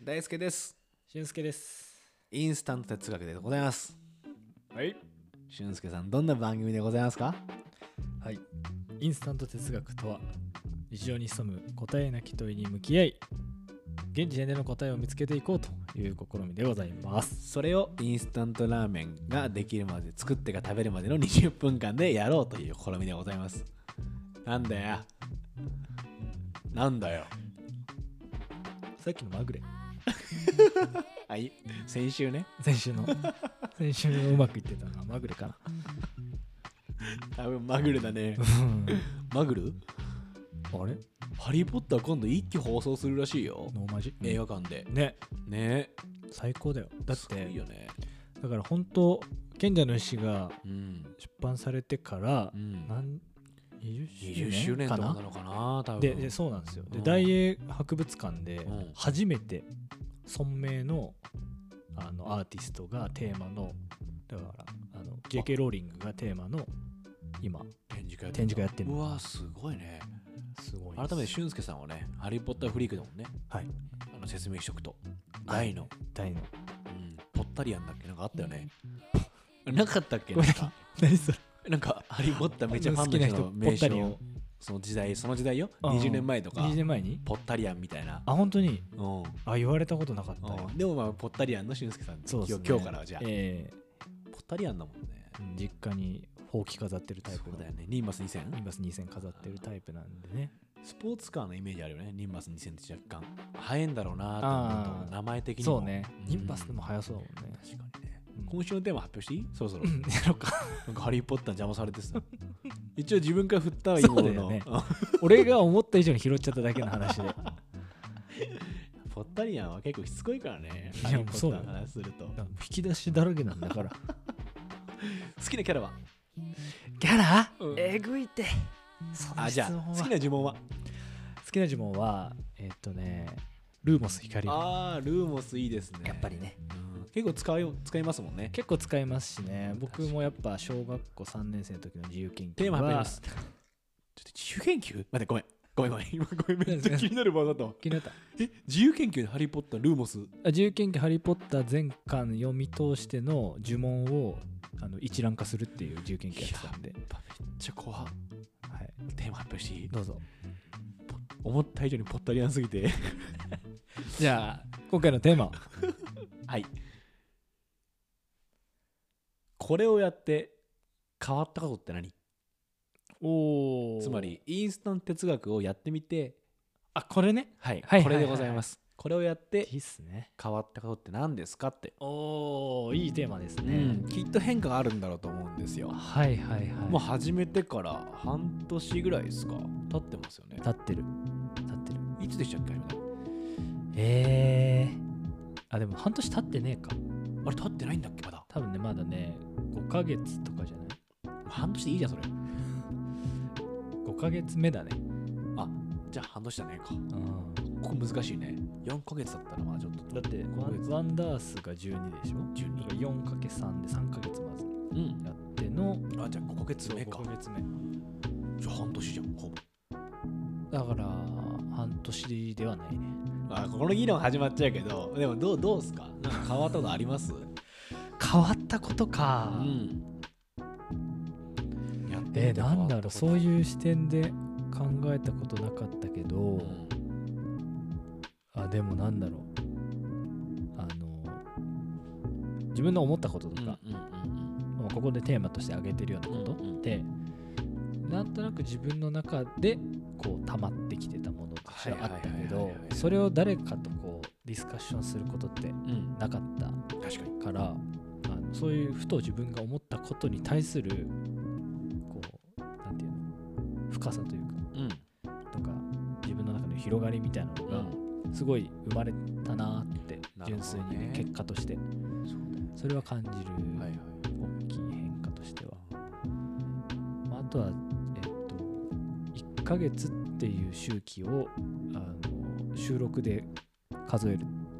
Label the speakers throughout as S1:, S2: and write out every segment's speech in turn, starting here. S1: 大輔です
S2: 俊介です
S1: インスタント哲学でございます
S2: はい
S1: 俊介さんどんな番組でございますか
S2: はいインスタント哲学とは日常に潜む答えなき問いに向き合い現時点での答えを見つけていこうという試みでございます
S1: それをインスタントラーメンができるまで作ってか食べるまでの20分間でやろうという試みでございますなんだよなんだよ
S2: さっきのまぐれ
S1: はい先週ね
S2: 先 週の先週のうまくいってたのはまぐれかな
S1: 多分マグルだねマグル
S2: あれ
S1: ハリー・ポッター今度一期放送するらしいよ
S2: ノーマジ
S1: 映画館で
S2: ね
S1: ね
S2: 最高だよだっ
S1: すごい
S2: て
S1: よね
S2: だから本当賢者の石が
S1: うん、
S2: 出版されてから、
S1: うん
S2: 何
S1: 20
S2: 20
S1: 周
S2: 周
S1: 年
S2: 年
S1: と
S2: か
S1: かな
S2: な
S1: のかな多分
S2: ででそうなんですよで、
S1: うん
S2: 大英博物館で
S1: うん
S2: 初めて村名のあのアーティストがテーマのだからあの JK ローリングがテーマの今
S1: 展示会
S2: 展示会やってる
S1: うわすごいね
S2: すごい
S1: 改めて俊介さんはねハリー・ポッターフリークだもんね
S2: はい
S1: あの説明しとくと大の、
S2: 大の
S1: うん、ポッタリアンだっけなんかあったよ ねなかったっけなんか
S2: 何それ
S1: なんかハリー・ポッターめっちゃファンの人の
S2: 好きな人ポ
S1: 名
S2: ッタリアン
S1: 称その時代その時代よ
S2: あー
S1: 20年前とか
S2: 20年前に
S1: ポッタリアンみたいな
S2: あ本当に
S1: うん
S2: あ言われたことなかったよ
S1: うんでもまあポッタリアンの俊介さん
S2: そうですね
S1: 今日今日からはじゃあ、
S2: え
S1: ポッタリアンだもんね
S2: えうん実家にほうき飾ってるタイプ
S1: そう
S2: の
S1: だよねニンバス2000
S2: ニンバス2000飾ってるタイプなんでね
S1: スポーツカーのイメージあるよね、ニンバス2000って若干。早いんだろうなと思う
S2: あー
S1: と、名前的にも。
S2: そうね
S1: ん
S2: ニンバスでも速そうだもんね
S1: 確かにね。
S2: うん
S1: 今週のテーマ発表していいそろそろ。
S2: うん やろうか
S1: なんかハリー・ポッターに邪魔されて さ。一応自分から振ったはいいもの
S2: そうだ
S1: の
S2: よね。俺が思った以上に拾っちゃっただけの話で
S1: ポッタリアンは結構しつこいからね。
S2: いや
S1: ハリー・ポ
S2: そ
S1: ッ
S2: う
S1: タ
S2: だ
S1: ー
S2: よ
S1: の話すると。好
S2: 引き出しだらけなんだから
S1: きなキャラは
S2: ギャラ、
S1: うん
S2: えぐいってその
S1: あ、じ
S2: 質
S1: ゃあ、
S2: 問は
S1: 好
S2: 好
S1: き
S2: き
S1: な呪文は
S2: な呪文はえっとねルーモス光や
S1: あー、ルーモスいいですね。
S2: っぱり。ね
S1: 結構使い使いますもんね。
S2: 結構使いますしね僕
S1: 確か
S2: もやっぱ小学校3年生の時の自由研究
S1: テーマ発表
S2: は
S1: します。ちょっと自由研究待って、ごめん。ごめんごめん。今ご めん。めっちゃ気になる場だったわ。
S2: 気になったあ
S1: え、自由研究でハリー・ポッター、ルーモス。
S2: 自由研究ハリー・ポッター全巻読み通しての呪文をあの一覧化するっていう自由研究やってたんで
S1: やっ、ぱめっちゃ怖っ
S2: はい、
S1: テーマ発表していい
S2: どうぞ
S1: 思った以上にポッタリアンすぎて
S2: じゃあ今回のテーマ
S1: はいこれをやって変わったことって何
S2: お
S1: つまりインスタント哲学をやってみて
S2: あこれね
S1: はい、
S2: はい
S1: これでございます、これをやって
S2: いいっすね
S1: 変わったことって何ですかって、
S2: おーいいテーマです
S1: う
S2: ね、
S1: ん、きっと変化があるんだろうと思うんですよ
S2: はいはいはい
S1: もう始めてから半年ぐらいですか経ってますよね
S2: 立ってる立ってる
S1: いつでしたっけあれ
S2: えー、あでも半年経ってねえか
S1: あれ経ってないんだっけまだ
S2: 多分ねまだね5ヶ月とかじゃない
S1: 半年でいいじゃんそれ
S2: 5ヶ月目だね
S1: あじゃあ半年だねか
S2: うん
S1: ここ難しいね。4ヶ月だったらまあちょっと。
S2: だって
S1: 5
S2: ワ
S1: ヶ月
S2: ンワンダースが12でしょだから 4×3 で3ヶ月まず
S1: うん。
S2: やっての
S1: あ、じゃあ5ヶ月目か
S2: 5。ヶ月目
S1: じゃあ半年じゃん、ほぼ。
S2: だから半年ではないね
S1: あ、この議論始まっちゃうけど、でもどう、どうすかなんか変わったことあります
S2: 変わったこと
S1: う
S2: か
S1: ん。やってみて
S2: えーなんだろうそう
S1: う。
S2: いう視点で考えたことなかったけど、
S1: うん
S2: あでもなんだろうあの自分の思ったことと
S1: うん
S2: か、
S1: うんうん
S2: まあここでテーマとして挙げてるようなこと
S1: うんうん
S2: って、なんとなく自分の中でこう溜まってきてたものとしてはあったけ
S1: はいはい
S2: ど
S1: はいはいはい
S2: それを誰かとこうディスカッションすることって
S1: うん。うん。
S2: なかった
S1: 確かに。
S2: からあのそういうふと自分が思ったことに対するこうなんていうの深さというか
S1: うん。
S2: とか自分の中の広がりみたいなのがすごい生まれたなって
S1: なるほどね
S2: 純粋にね結果として
S1: そう
S2: それは感じる
S1: だよ。はいはい。
S2: 大きい変化としては、まあ、あとはえっと1ヶ月っていう周期をあの収録で数える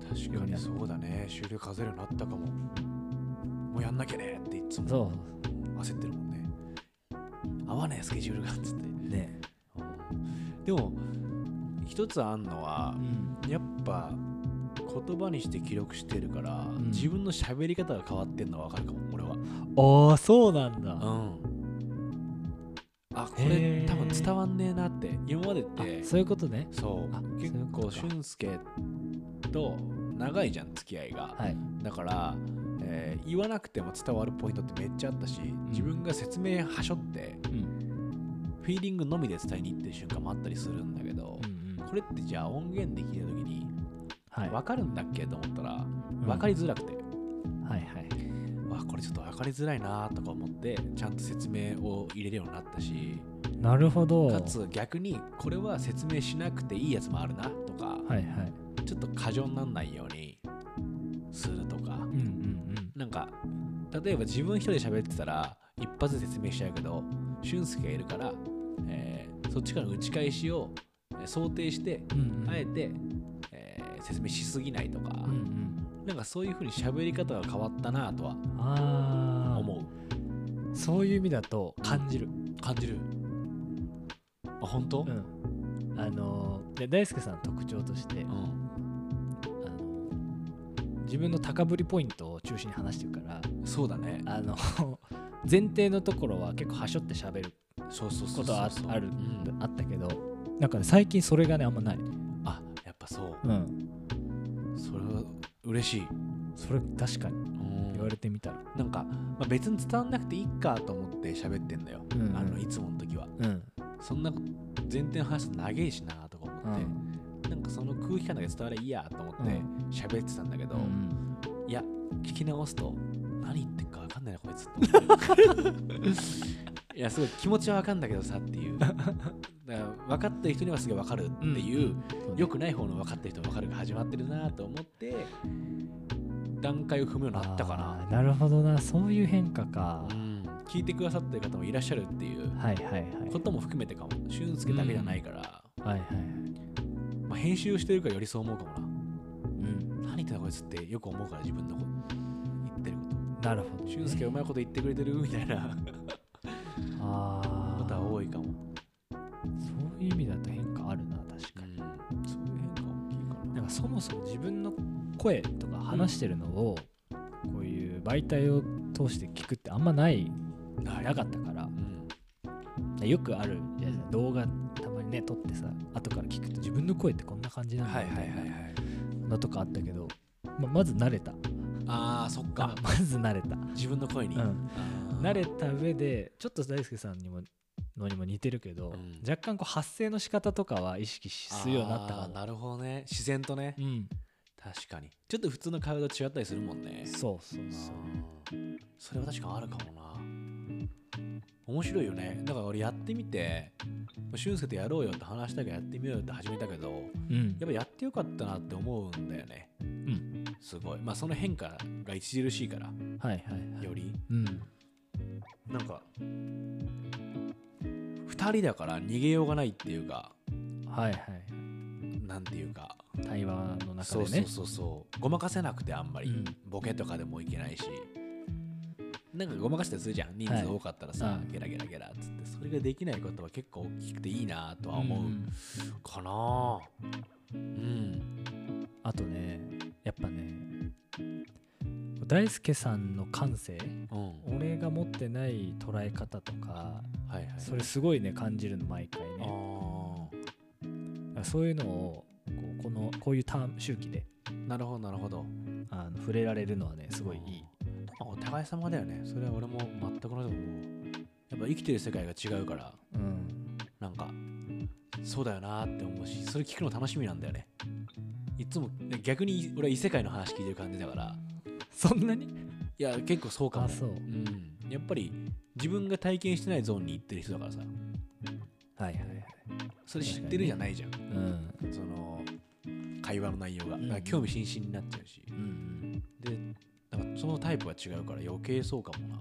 S1: 確かにそうだね。終了数えるようになったかも。もうやんなきゃねっていつも。
S2: そ
S1: 焦ってるもんね合わないスケジュールがっつって
S2: うね、
S1: でも一つあんのは
S2: うん、
S1: やっぱ言葉にして記録してるから、
S2: ん
S1: 自分の喋り方が変わってんのは分かるかも俺は
S2: ああそうなんだ、
S1: うんあこ
S2: へ
S1: れ
S2: ー
S1: 多分伝わんねえなって今までって
S2: あそういうことね
S1: そう
S2: あそうい
S1: 結
S2: うこと
S1: 構
S2: か
S1: 俊介と長いじゃん付き合いが
S2: はい
S1: だから、えー言わなくても伝わるポイントってめっちゃあったし自分が説明はしょって
S2: うん
S1: フィーリングのみで伝えに行ってる瞬間もあったりするんだけど
S2: う、んうん
S1: これってじゃあ音源で聞いた時に
S2: はい
S1: 分かるんだっけと思ったら
S2: ん
S1: 分かりづらくて、
S2: はいはい
S1: わこれちょっと分かりづらいなとか思ってちゃんと説明を入れるようになったし
S2: なるほど
S1: かつ逆にこれは説明しなくていいやつもあるなとか、
S2: はいはい
S1: ちょっと過剰にならないようにするとか
S2: うんうん
S1: なんか例えば自分一人で喋ってたら一発で説明しちゃうけど俊介がいるから、えーそっちからの打ち返しをえー想定して
S2: うんうんうん
S1: あえて、えー説明しすぎないとか、
S2: うんうん
S1: なんかそういう風に喋り方が変わったなとは
S2: ああ
S1: 思う
S2: そういう意味だと感じる
S1: 感じるあ本当、
S2: うんあのーで大輔さんの特徴として
S1: う
S2: あのー自分の高ぶりポイントを中心に話してるから
S1: ん、そうだね
S2: あの前提のところは結構はしょって喋る
S1: そうそうそ
S2: こ
S1: うそ
S2: と
S1: う
S2: は
S1: そう
S2: あある
S1: うん
S2: あったけどなんかね最近それがねあんまない、
S1: あやっぱそう
S2: うん、
S1: それは嬉しい、
S2: それ確かに
S1: うん
S2: 言われてみたら、
S1: なんか、まあ、別に伝わんなくていいかと思って喋ってんだよ、
S2: うんうん
S1: あのいつもの時は
S2: うん
S1: そんな前提の話長えしなとか思って、なんかその空気感だけ伝わればいいやと思って
S2: うん
S1: 喋ってたんだけど、
S2: うん
S1: いや聞き直すと何言ってるか分かんないなこいつって いやすごい気持ちは分かんだけどさっていうだから分かってる人にはすごい分かるっていう、
S2: そうね
S1: よくない方の分かってる人の分かるが始まってるなと思って段階を踏むようになったか
S2: あ
S1: な
S2: ーなるほどなそういう変化か、
S1: うん、聞いてくださってる方もいらっしゃるっていう
S2: はいはいはい
S1: ことも含めてかも俊介だけじゃないから、
S2: はいはい
S1: まあ、編集をしてるからよりそう思うかも
S2: うん
S1: な何言ってんだこいつってよく思うから自分のこと言ってるこ
S2: なるほど、
S1: と
S2: ね、
S1: 俊介うまいこと言ってくれてるみたいな
S2: ああ
S1: ことは多いかも、
S2: そういう意味だと変化あるな確かに、
S1: そういう変化大きいかな
S2: なんかそもそも自分の声とか話してるのを、こういう媒体を通して聞くってあんまない
S1: ない
S2: なかったから
S1: うん
S2: よくあるじゃないですか動画たまにね撮ってさ後から聞くと自分の声ってこんな感じなん
S1: は
S2: だ
S1: い
S2: み
S1: はい
S2: た
S1: はい
S2: いな
S1: はい
S2: のとかあったけど、ままず慣れた
S1: あーそっか
S2: まず慣れた、
S1: 自分の声に、
S2: うん、
S1: あー
S2: 慣れた上でちょっと大輔さんにものにも似てるけど、
S1: うん
S2: 若干こう発声の仕方とかは意識しするようになった
S1: あ
S2: か
S1: ー
S2: も
S1: なるほどね自然とね、
S2: うん
S1: 確かにちょっと普通の会話と違ったりするもんね
S2: そうそうそう
S1: あーそれは確かにあるかもな面白いよねだから俺やってみてまあ俊介とやろうよって話したけどやってみようよって始めたけど
S2: うん
S1: やっぱやってよかったなって思うんだよね
S2: ん
S1: すごいまあその変化が著しいから
S2: はいはいはい
S1: より
S2: うん
S1: なんか2人だから逃げようがないっていうか
S2: はいはい
S1: なんていうか
S2: 対話の中で
S1: そう
S2: ね
S1: そうそうそうごまかせなくてあんまり、
S2: うん
S1: ボケとかでもいけないしなんかごまかしたりするじゃん人数多かったらさ、
S2: はいうん
S1: ゲラゲラゲラっつってそれができないことは結構大きくていいなとは
S2: ん
S1: 思うんかなうん
S2: あとねやっぱね大輔さんの感性
S1: うん、
S2: 俺が持ってない捉え方とか
S1: はいはい
S2: それすごいね感じるの毎回
S1: あ
S2: ねそういうのをこうこのこういうターン周期で
S1: ーなるほどなるほど
S2: あの触れられるのはねすごいいい
S1: まあお互い様だよねそれは俺も全く同じだと思うやっぱ生きてる世界が違うから
S2: うん、
S1: なんかそうだよなーって思うしそれ聞くの楽しみなんだよねいつも逆に俺は異世界の話聞いてる感じだから
S2: そんなに
S1: いや結構そうかも、
S2: あそうん
S1: やっぱり自分が体験してないゾーンに行ってる人だからさ
S2: はいはいはい、
S1: それ知ってるじゃないじゃん、
S2: うん
S1: その会話の内容が、
S2: うん
S1: だから興味津々になっちゃうし
S2: うん、
S1: でなんかそのタイプが違うから余計そうかもな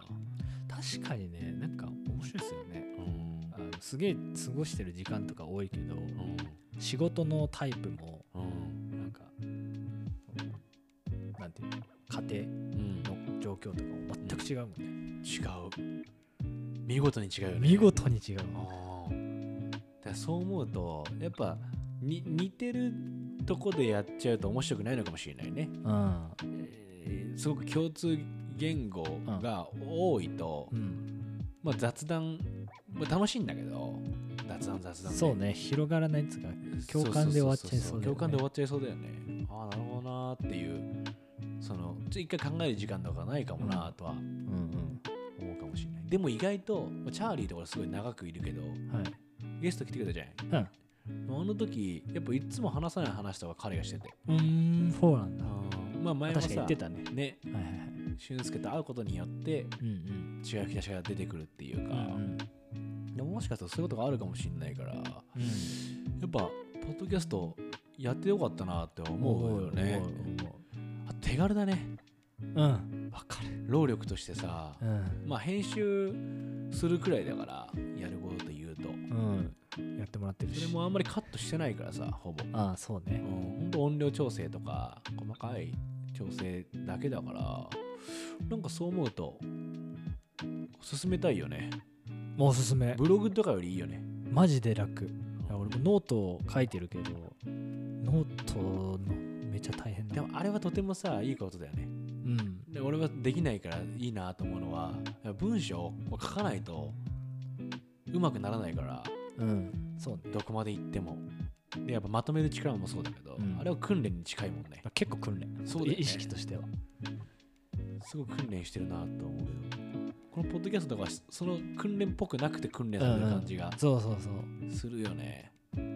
S2: 確かにねなんか面白いですよね
S1: うん
S2: あのすげえ過ごしてる時間とか多いけど
S1: うん
S2: 仕事のタイプも
S1: うん
S2: なんかうんなんていうの家
S1: うん
S2: 庭の状況とかも全く違うもんね、
S1: 違う見事に違うよね
S2: 見事に違う
S1: あーだからそう思うとやっぱに似てるとこでやっちゃうと面白くないのかもしれないね、
S2: うん
S1: えーすごく共通言語が多いと、
S2: うん、
S1: まあ、雑談も楽しいんだけど雑談雑談ね
S2: そうね広がらないやつが共感で終わっちゃいそうだよね
S1: 共感で終わっちゃいそうだよねああなるほどなーっていうそのちょ一回考える時間とかないかもなーとは
S2: うん
S1: 思うかもしれない、でも意外とまあチャーリーとかすごい長くいるけど
S2: うんはい
S1: ゲスト来てくれたじゃないあの時やっぱいつも話さない話とか彼がしてて
S2: うんうんそうなんだ
S1: まあ前も
S2: 確かに言
S1: さ
S2: ってたね
S1: ね
S2: はいはいはい
S1: 俊介と会うことによって
S2: うんうん
S1: 違う引き出しが出てくるっていうか、でももしかしたらそういうことがあるかもしれないからやっぱポッドキャストやってよかったなって思うよねあ手軽だね
S2: うん
S1: わかる労力としてさ、
S2: うん
S1: まあ編集するくらいだからやることで言うと
S2: うんやってもらってる
S1: それ
S2: し
S1: もあんまりカットしてないからさほぼ
S2: ああそう
S1: う
S2: ね
S1: んほんと音量調整とか細かい調整だけだからなんかそう思うと進めたいよね
S2: もうおすすめ
S1: ブログとかよりいいよね
S2: マジで楽いや俺もノートを書いてるけどノートのめっちゃ大変だ
S1: でもあれはとてもさいいことだよね
S2: うん
S1: で俺はできないからいいなと思うのは文章を書かないとうまくならないから
S2: うんそうね
S1: どこまで行ってもでやっぱまとめる力もそうだけど、
S2: うん
S1: あれは訓練に近いもんね
S2: 結構訓練
S1: そうだよね
S2: 意識としては
S1: すごい訓練してるなと思うけどこのポッドキャストとかその訓練っぽくなくて訓練されてる感じが
S2: そうそうそう
S1: するよね、だか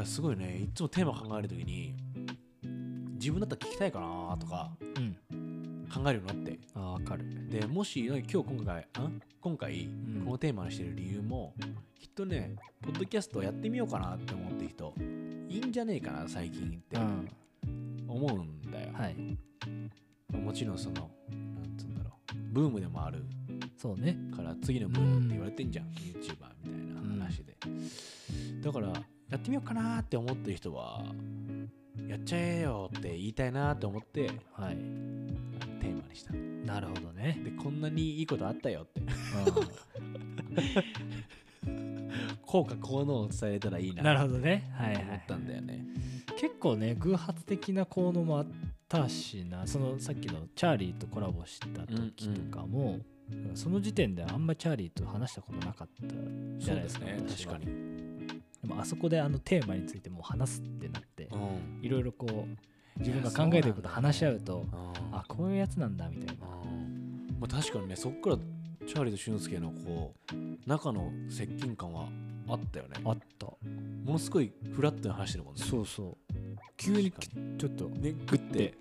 S1: らすごいねいつもテーマ考えるときに自分だったら聞きたいかなとか
S2: うん
S1: 考えるようになって
S2: あわかる
S1: でもしなんか今日今回ん今回
S2: ん
S1: このテーマにしてる理由も、きっとねポッドキャストやってみようかなって思ってる人いいんじゃねえかな最近って
S2: うん
S1: 思うんだよ、
S2: はい
S1: もちろんそのなんつうんだろうブームでもある
S2: そうね
S1: から次のブームって言われてんじゃん、YouTuber みたいな話で、だからやってみようかなって思ってる人はやっちゃえよって言いたいなって思って
S2: はい
S1: テーマにしたで
S2: なるほどね
S1: こんなにいいことあったよって
S2: う
S1: 効果効能を伝えたらいい
S2: んな
S1: な
S2: る
S1: っ
S2: ほどねはい
S1: て
S2: は
S1: 思っ
S2: い
S1: たんだよね、
S2: 結構ね偶発的な効能もあったしなそのさっきのチャーリーとコラボした時とかも、その時点ではあんまチャーリーと話したことなかったじゃないですか私は
S1: 確かに、
S2: でもあそこであのテーマについてもう話すってなって
S1: うん
S2: いろいろこう自分が考えてること話し合うと
S1: あ
S2: あこういうやつなんだみたいな
S1: うんまあ、確かにねそっからチャーリーと俊介のこう中の接近感はあったよね
S2: あった
S1: ものすごいフラットに話してるもんね
S2: そうそう急に
S1: 確
S2: ちょっと
S1: ねグッて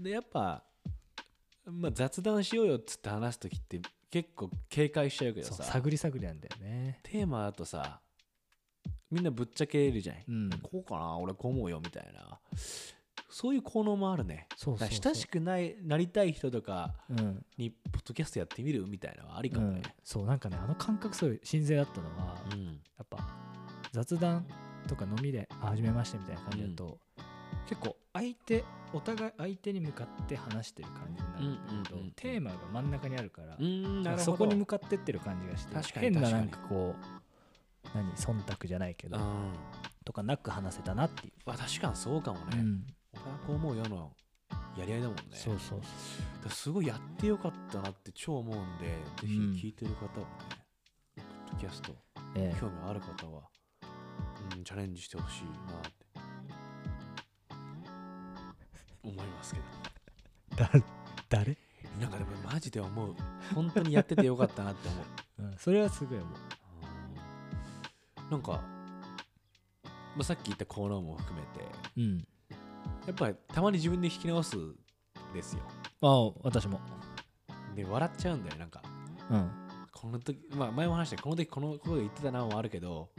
S1: でやっぱ、まあ、雑談しようよっつって話す時って結構警戒しちゃうけど
S2: そう
S1: さ
S2: 探り探りなんだよね
S1: テーマだとさみんなぶっちゃけるじゃない、
S2: うん
S1: こうかな俺こう思うよみたいなそういう効能もあるね
S2: そうそ
S1: だ
S2: う
S1: か
S2: そう
S1: ら親しくないなりたい人とか
S2: うん
S1: にポッドキャストやってみるみたいなのはあり
S2: う
S1: かも
S2: ん
S1: ね、
S2: そうなんかねあの感覚すごい新鮮だったのは、
S1: う
S2: や
S1: ん
S2: っぱ雑談とか飲みで「あ始めまして」みたいな感じだと、結構相手お互い相手に向かって話してる感じになるんだけど、
S1: うんうんうん
S2: テーマが真ん中にあるから、
S1: うんなるほど
S2: そこに向かってってる感じがして
S1: 確かに
S2: 変な
S1: 確
S2: な
S1: か
S2: ん
S1: に
S2: かこう何忖度じゃないけ
S1: う
S2: ど、
S1: んま
S2: とかなく話せたなってい
S1: あ確かにそうかも
S2: う、
S1: ね、俺はこう思うよのやり合いだもんね
S2: そうそう
S1: だからすごいやってよかったなって超思うんで、
S2: うん
S1: ぜひ聞いてる方もね、ポッドキャスト、
S2: そう、ええ
S1: 興味ある方は、うん、チャレンジしてほしいなって思いますけど、
S2: だ誰、
S1: なんかでもマジで思う、本当にやっててよかったなって 思う。
S2: うん、それはすごい思う
S1: うんなんか、まあ、さっき言ったコーナーも含めて、
S2: うん
S1: やっぱりたまに自分で聞き直すんですよ。
S2: ああ私も
S1: で、笑っちゃうんだよ、なんか。
S2: うん
S1: この時、まあ、前も話したけどこの時このこと言ってたなもあるけど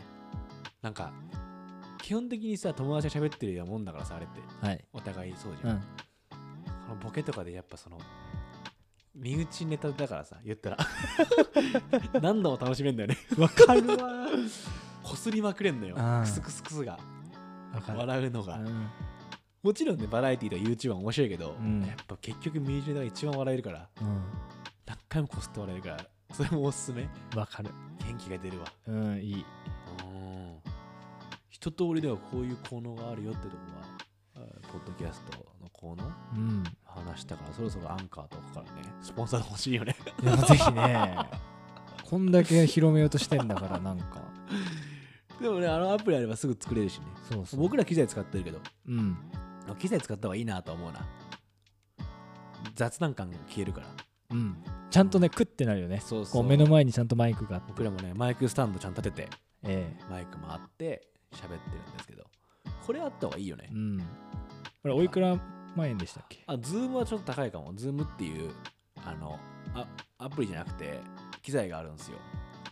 S1: なんか基本的にさ友達が喋ってるようなもんだからさあれって
S2: はい
S1: お互いそうじ
S2: う
S1: ゃん、
S2: ん
S1: このボケとかでやっぱその身内ネタだからさ言ったら 何度も楽しめんだよね
S2: わかるわ
S1: こすりまくれんのよ
S2: うん
S1: クスクスクスが
S2: わかる
S1: 笑うの
S2: う
S1: が
S2: ん
S1: もちろんねバラエティーとか YouTuber も面白いけど、
S2: うん
S1: やっぱ結局身内ネタが一番笑えるから
S2: うん
S1: 何回もこすって笑えるからそれもおすすめ
S2: わかる
S1: 元気が出るわ
S2: うんいい
S1: うん一一通りではこういう効能があるよってとこはえーポッドキャストの効能
S2: うん
S1: 話したからそろそろアンカーとかからねスポンサー欲しいよね
S2: いやぜひねこんだけ広めようとしてんだからなんか
S1: でもねあのアプリあればすぐ作れるしね
S2: そうそう
S1: 僕ら機材使ってるけど
S2: うん
S1: 機材使った方がいいなと思うな雑談感が消えるから
S2: うんちゃんとね食ってなるよね
S1: そう
S2: こう目の前にちゃんとマイクがあって
S1: 僕らもねマイクスタンドちゃんと立てて
S2: え
S1: マイクもあって喋ってるんですけどこれあった方がいいよね
S2: えうんこれおいくら万円でしたっけ
S1: あズームはちょっと高いかもズームっていうあのあアプリじゃなくて機材があるんですよ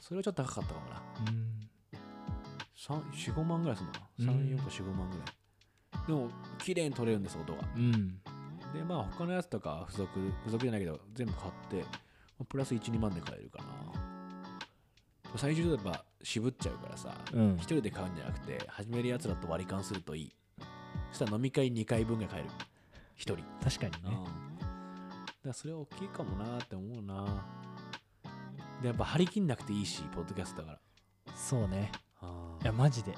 S1: それはちょっと高かったかもな
S2: うん
S1: 45万ぐらいする
S2: うん
S1: のかな34か45万ぐらいでも綺麗に撮れるんです音が
S2: うん
S1: でまあ他のやつとかは付属付属じゃないけど全部買ってまあプラス12万で買えるかな最終例えば渋っちゃうからさ、
S2: うん
S1: 一人で買うんじゃなくて始めるやつらと割り勘するといいそしたら飲み会2回分が買える1人、
S2: 確かに
S1: うん
S2: ね
S1: だからそれは大きいかもなって思うなでやっぱ張り切んなくていいしポッドキャストだから
S2: そうね
S1: うん
S2: いやマジで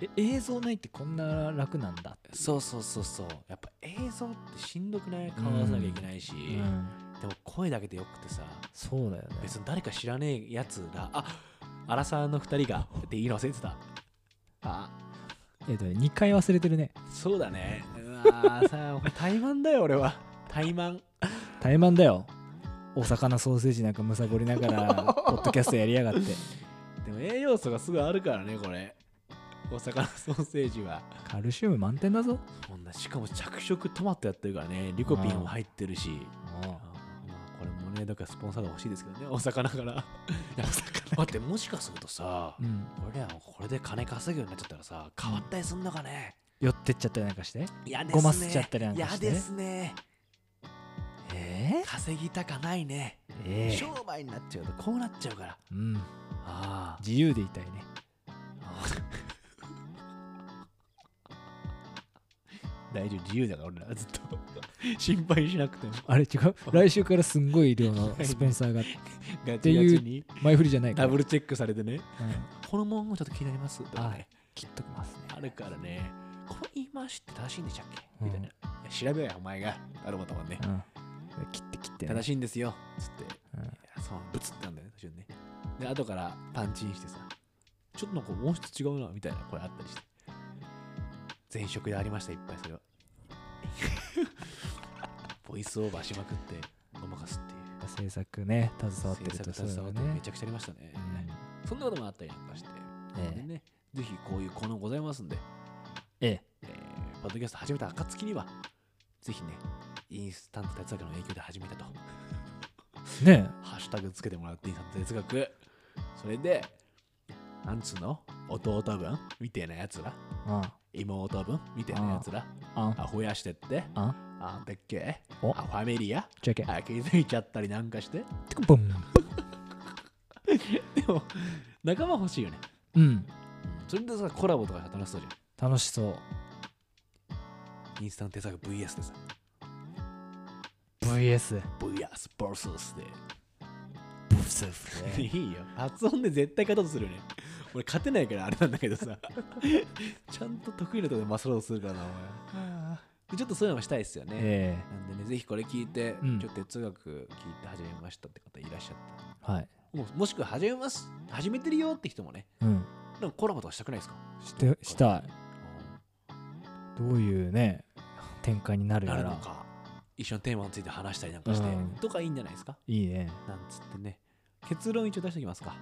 S2: え映像ないってこんな楽なんだって
S1: そうそうそうそうやっぱ映像ってしんどくない顔出さなきゃいけないし、
S2: うん
S1: でも声だけでよくてさ
S2: そうだよね
S1: 別に誰か知らねえやつらあアラサーの2人がって言いの忘れてたあ
S2: えっとね2回忘れてるね
S1: そうだねうわーさあ怠慢だよ俺は怠慢
S2: 怠慢だよお魚ソーセージなんかむさぼりながら ポッドキャストやりやがって
S1: でも栄養素がすぐあるからねこれお魚ソーセージは
S2: カルシウム満点だぞ
S1: そんなしかも着色トマトやってるからねリコピンも入ってるしあーまあこれもねだからスポンサーが欲しいですけどね お魚からいやだってもしかするとさ
S2: うん
S1: 俺らもこれで金稼ぐようになっちゃったらさ変わったりすんのかね
S2: 寄ってっちゃったりなんかして
S1: 嫌ですね
S2: ごますっちゃったりなんかして
S1: 嫌ですね
S2: え
S1: 稼ぎたかないね、
S2: えええ
S1: 商売になっちゃうとこうなっちゃうから
S2: うん
S1: あ
S2: 自由でいたいね
S1: 大丈夫自由だから俺らずっと 心配しなくても
S2: あれ違う来週からすんご い量のスポンサーが
S1: ガ
S2: て
S1: チガ
S2: いう
S1: チに
S2: 前振りじゃないか
S1: ダ
S2: ら、う
S1: ブルチェックされてね
S2: ん、
S1: この文言ちょっと気になりますとかね
S2: 切っときますね
S1: あるからねこの言い回しって正しいんでしたっけ
S2: うん
S1: みたいな、いや調べよお前があるもたもんね
S2: うん切って切ってね、
S1: 正しいんですよつって
S2: う
S1: い
S2: ん
S1: やそうブツってなんだよね途中でねで後からパンチインしてさちょっとなんか音質違うなみたいなこれあったりして前職でありましたいっぱいそれは ボイスオーバーしまくってごまかすっていう
S2: やっぱ制作ね携わってると
S1: 制作携わって
S2: そうだよ
S1: めちゃくちゃありましたね、そんなこともあったりなんかして、
S2: うん
S1: で
S2: え
S1: ねぜひこういう効能ございますんで、
S2: ええ
S1: えー、ポッドキャスト始めた暁にはぜひねインスタント哲学の影響で始めたと
S2: えね
S1: ハッシュタグつけてもらっていいさ哲学。それで、なんつうの弟分みたいなやつら。
S2: えあ
S1: 妹分みたいなやつら。
S2: あ
S1: あ、増やしてって。
S2: あ
S1: あんだっけあ、フ
S2: お
S1: ァミリア
S2: じゃけ
S1: あ、気づいちゃったりなんかして。
S2: テクボン
S1: でも、仲間欲しいよね。
S2: うん
S1: うんそれでさ、コラボとか楽しそうじゃ。
S2: 楽しそうん
S1: インスタント哲学 VS でさ、
S2: VS
S1: VS vs で。
S2: ブスブス
S1: いいよ。発音で絶対勝とうとするよね。俺勝てないからあれなんだけどさ。 ちゃんと得意なとこで勝ろうとするからな、お前。でちょっとそういうのもしたいですよね。
S2: え
S1: なんでね、ぜひこれ聞いて、
S2: うん
S1: ちょっと哲学聞いて始めましたって方いらっしゃったら
S2: えはい
S1: もうもしくは始めます、始めてるよって人もね、
S2: うん
S1: なんかコラボとかしたくないですか
S2: してしたい
S1: うん
S2: どういうね展開になるや
S1: なるの
S2: ら
S1: か、一緒のテーマについて話したりなんかして、
S2: うん
S1: とかいいんじゃないですか
S2: いいね
S1: なんつってね。結論一応出しておきますか。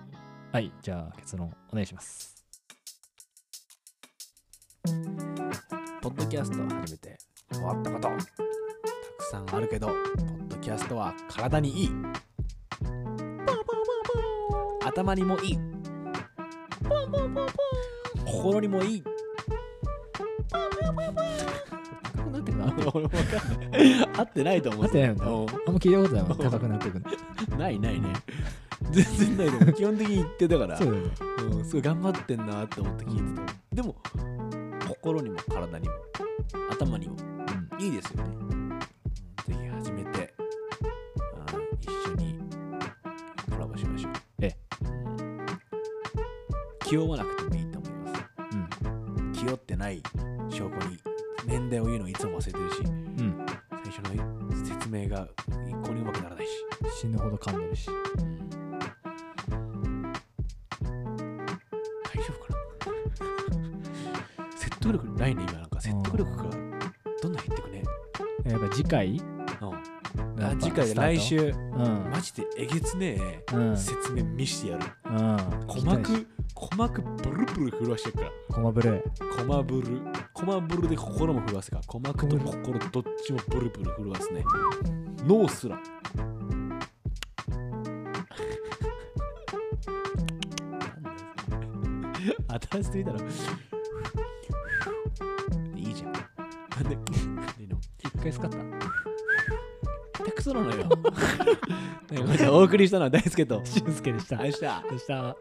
S2: はいじゃあ結論お願いします
S1: ポッドキャストを始めて変わったことたくさんあるけどポッドキャストは体にいい頭にもいい心にもい い
S2: 高くなってくな
S1: 俺も分かんない合ってないと思う
S2: 合ってないよねあんま聞いたこ とないもん高くなってくの
S1: うんないないね全然ないでも基本的に言ってたから
S2: そうだよね
S1: うん、すごい頑張ってんなって思って聞いてたでも心にも体にも頭にも
S2: うん
S1: いいですよね。ぜひ始めて、あー一緒にコラボしましょう。
S2: ええ
S1: うん気負わなくてもいいと思います。
S2: うん
S1: ない証拠に年代を言うのいつも忘れてるし
S2: うん、
S1: 最初の説明が一向にうまくならないし、
S2: 死ぬほど噛んでるし
S1: 大丈夫かな 説得力ないね今なんか説得力がどんどん減ってくね、
S2: やっぱ次回
S1: うんあ次回来週
S2: うん
S1: マジでえげつねえ
S2: うん、うん、
S1: 説明見してやる鼓
S2: 鼓
S1: 膜鼓膜ブルブル震わしてるから
S2: コマブルー
S1: コマブルコマブルで心も震わすから鼓膜と心どっちもブルブル震わすね脳すら 新しすぎだろいいじゃんなんでいいの
S2: 一回使った
S1: 下 手くそなのよということでお送りしたのは大輔と
S2: 俊介でした
S1: 愛した
S2: でした